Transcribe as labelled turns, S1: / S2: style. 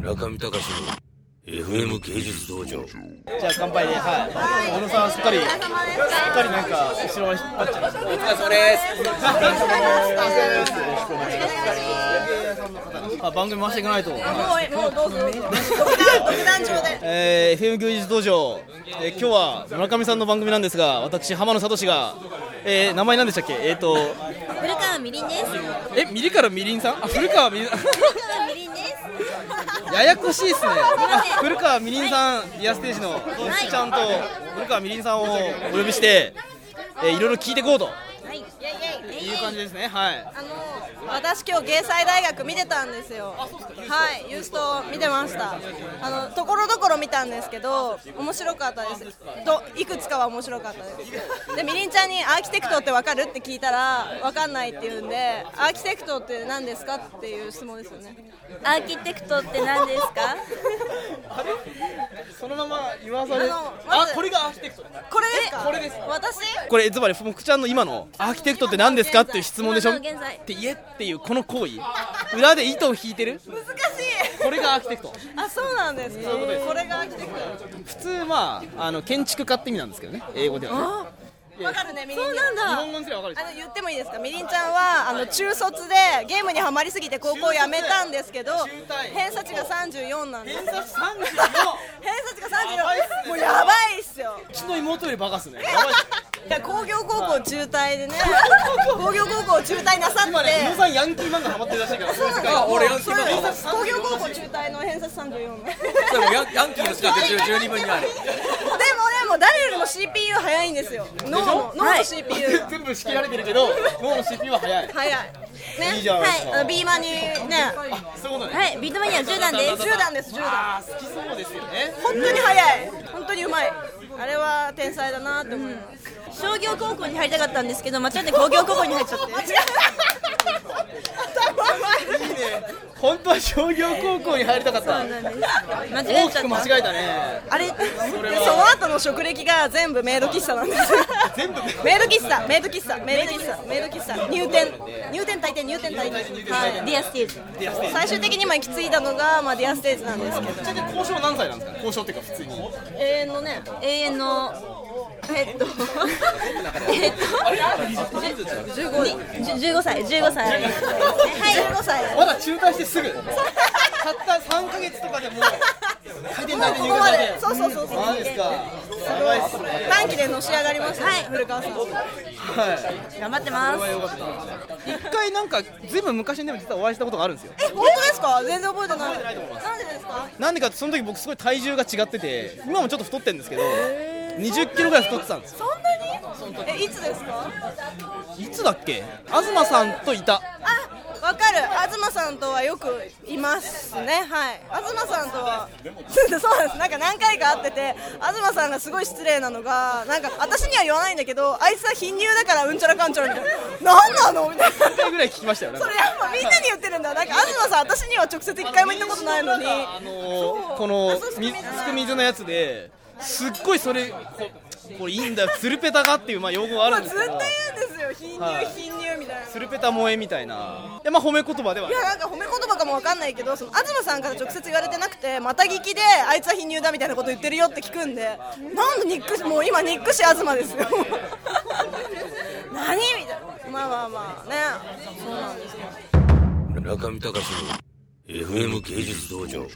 S1: 中見隆の FM 芸術道場
S2: じゃあ乾杯で、はい。小野さんすっかり、すっかりなんか後ろを引っ張っちゃう。お疲れ様です。よろしくお願いします。あ、番組回していかないと。
S3: もうどうぞどうぞ。独壇場で。
S2: えー、FM 芸術道場、えー、今日は村上さんの番組なんですが、私浜野聡が、えー、名前なんでしたっけ？えっ、と、
S3: 古川みりんです。古
S2: え、ミリからみりんさん？あ、古川みりん。
S3: 川みりんです。
S2: ややこしいですね。古川みりんさん、ディアステージの、ちゃんと古川みりんさんをお呼びして、えー、いろいろ聞いていこうと
S3: はい。イェイイ
S2: いう感じですね。はい。
S3: あの私今日芸才大学見てたんですよ。はい、ユースト見てました。あのところどころ見たんですけど、面白かったです。といくつかは面白かったです。でみりんちゃんにアーキテクトってわかるって聞いたらわかんないって言うんで、アーキテクトって何ですかっていう質問ですよね。
S4: アーキテクトって何ですか
S2: そのまま言わされ
S3: あのまず
S2: がアーキテクト
S3: これですか？
S2: これです
S3: 私？
S2: これつまり福ちゃんの今のアーキテクトって何ですかっていう質問でしょっ
S4: 今の現在
S2: て言えっていうこの行為裏で糸を引いてる
S3: 難しい。
S2: これがアーキテクト
S3: あ、そうなんですか。これがアーキテクト。
S2: 普通はあの建築家って意味なんですけどね英語ではね
S3: わかるね、みりんちゃ
S2: 日
S3: ん。そうなん
S2: 本語にすればわかる
S3: あの言ってもいいですか、みりんちゃんはあの中卒でゲームにはまりすぎて高校を辞めたんですけど
S2: 中退、
S3: 偏差値が34なんです。
S2: 偏
S3: 偏
S2: 差値34
S3: 差値が
S2: やばいっすね
S3: 34、もうやばいっすよ。
S2: うちの妹よりバカっすね
S3: いや工業高校中退でね、工業高校中退なさ
S2: 今
S3: っ
S2: ね宇野
S3: て。
S2: さんヤンキー漫画ハマってるらしいから
S3: そうなんです
S5: あ俺
S3: もうそういう
S5: 偏
S2: 差値
S3: 工業高校中退の偏差値34の。
S5: でもヤンヤンキーの力って十二分にある。
S3: でもでも誰よりも CPU 早いんですよ。脳の脳の CPU が
S2: 全部仕切られてるけど脳の CPU は早い
S3: 早い。ね、
S2: いいじゃないですか
S3: はい、あのビーマにね、
S2: そういうことね
S4: はい、ビートマニア10段です。
S3: 10段です10段。
S2: あー好きそうですよね
S3: 本当に早い本当にうまいあれは天才だなって思います、
S4: 商業高校に入りたかったんですけど、間違って工業高校に入っちゃって。
S2: 本当は商業高校に入りたかった
S4: 間違
S2: 大
S4: えち
S2: き
S4: ゃ
S2: く
S4: っ
S2: 間違えたね
S3: あれでその後の職歴が全部メイド喫茶なんです
S2: 全部
S3: メイド喫茶メイド喫茶メイド喫茶メイド喫茶入店入店退店入店退店は
S4: た。
S3: い
S4: ディアステージ。
S3: 最終的に今行き着いたのが、まあ、ディアステージなんですけど
S2: ちなみに交渉何歳なんですか交渉っていうか普通に
S3: 永遠のね
S4: 永遠の。えっと。えっと。十五。十五歳、15歳。はい。
S3: 15歳
S2: まだ中退してすぐたった三ヶ月とかでもう回転台で入
S3: ここ
S2: 荷
S3: ま
S2: され
S3: で
S2: て
S3: そうそうそうそう
S2: マジですかやばいっすね
S3: 短期でのし上がりましたね、古川さん
S2: はい
S4: 頑張ってます。
S2: 一回なんかずいぶん昔にでも実はお会いしたことがあるんですよ
S3: え本当ですか全然覚えてないなんでですか
S2: なんでかってその時僕すごい体重が違ってて今もちょっと太ってるんですけど20キロぐらい太ってたんです
S3: そんなにえいつですか
S2: いつだっけ東さんといた
S3: あ、わかる。東さんとはよくいますね。はい。東さんとは、 そうなんです。なんか何回か会ってて、東さんがすごい失礼なのが、なんか私には言わないんだけど、あいつは貧乳だからうんちゃらかんちゃらみたいな。なんなのみたいな。
S2: 一回ぐらい聞きましたよなん
S3: そ
S2: か
S3: れやっぱみんなに言ってるんだ。なんか東さん、私には直接一回も言ったことないのに。
S2: あの
S3: そう
S2: ー、この
S3: あそう
S2: み
S3: すくみ
S2: すくみずのやつですっごいそれここれいいんだよつるぺたがっていうまあ用語がある
S3: まあ
S2: んで
S3: ず
S2: す
S3: っと
S2: け
S3: 言
S2: ど
S3: うんですよ。貧
S2: はい
S3: 乳、貧乳みたいな。
S2: つるぺた萌えみたいなでまあ褒め言葉ではあ
S3: い
S2: る
S3: やなんか褒め言葉かもわかんないけどその東さんから直接言われてなくてまた聞きであいつは貧乳だみたいなこと言ってるよって聞くんでなんでニックもう今ニック氏東ですよ 何みたいなまあまあまあね
S1: 中見隆の FM 芸術道場